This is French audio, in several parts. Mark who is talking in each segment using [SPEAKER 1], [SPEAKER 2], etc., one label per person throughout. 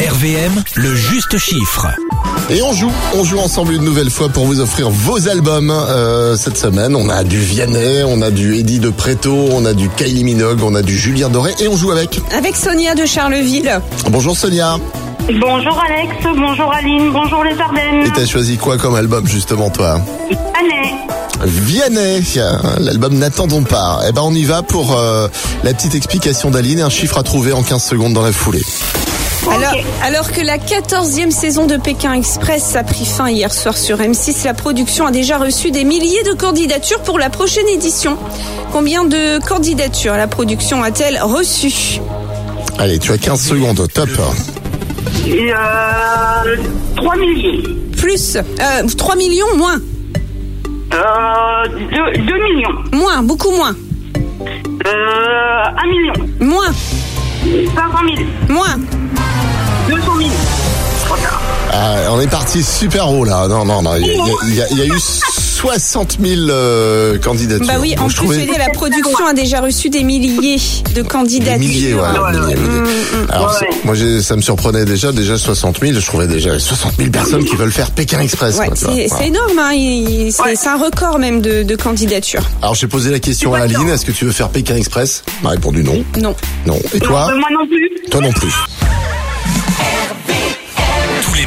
[SPEAKER 1] RVM, le juste chiffre.
[SPEAKER 2] Et on joue, on joue ensemble une nouvelle fois pour vous offrir vos albums. Euh, cette semaine, on a du Vianney, on a du Eddie de Preto, on a du Kylie Minogue, on a du Julien Doré et on joue avec.
[SPEAKER 3] Avec Sonia de Charleville.
[SPEAKER 2] Bonjour Sonia.
[SPEAKER 4] Bonjour Alex, bonjour Aline, bonjour les Ardennes.
[SPEAKER 2] Et t'as choisi quoi comme album justement toi
[SPEAKER 4] Année.
[SPEAKER 2] Vianney, l'album N'attendons pas. Eh ben on y va pour euh, la petite explication d'Aline et un chiffre à trouver en 15 secondes dans la foulée.
[SPEAKER 3] Alors, alors que la 14e saison de Pékin Express a pris fin hier soir sur M6, la production a déjà reçu des milliers de candidatures pour la prochaine édition. Combien de candidatures la production a-t-elle reçu
[SPEAKER 2] Allez, tu as 15 secondes, top.
[SPEAKER 4] Et euh, 3 millions.
[SPEAKER 3] Plus euh, 3 millions Moins
[SPEAKER 4] Euh, 2, millions.
[SPEAKER 3] Moins Beaucoup moins
[SPEAKER 4] Euh, 1 million.
[SPEAKER 3] Moins
[SPEAKER 4] 500 000.
[SPEAKER 3] Moins
[SPEAKER 4] 200 000. Trop tard.
[SPEAKER 2] Ah, on est parti super haut là. Non, non, non. Il y, a- il y a- il y a eu 60 000 euh, candidatures.
[SPEAKER 3] Bah oui,
[SPEAKER 2] Donc,
[SPEAKER 3] en
[SPEAKER 2] je
[SPEAKER 3] plus,
[SPEAKER 2] trouvais-
[SPEAKER 3] Ellie, la production a déjà reçu des milliers
[SPEAKER 2] Des
[SPEAKER 3] de candidatures.
[SPEAKER 2] milliers, ouais. des milliers, des milliers. Alors,
[SPEAKER 4] Ouais.
[SPEAKER 2] c'est- moi, j'ai- ça me surprenait déjà, déjà 60 000. Je trouvais déjà 60 000 personnes qui veulent faire Pékin Express.
[SPEAKER 3] Ouais,
[SPEAKER 2] quoi, tu vois.
[SPEAKER 3] c'est
[SPEAKER 2] Voilà.
[SPEAKER 3] c'est énorme, hein, il- il- c'est
[SPEAKER 4] Ouais.
[SPEAKER 3] c'est un record même de, de candidatures.
[SPEAKER 2] Alors, j'ai posé la question à Aline. Est-ce que tu veux faire Pékin Express Elle m'a répondu non.
[SPEAKER 3] Non.
[SPEAKER 2] Non. Et toi
[SPEAKER 4] Euh, Moi non plus.
[SPEAKER 2] Toi non plus.
[SPEAKER 1] Tous les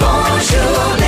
[SPEAKER 5] bonjour les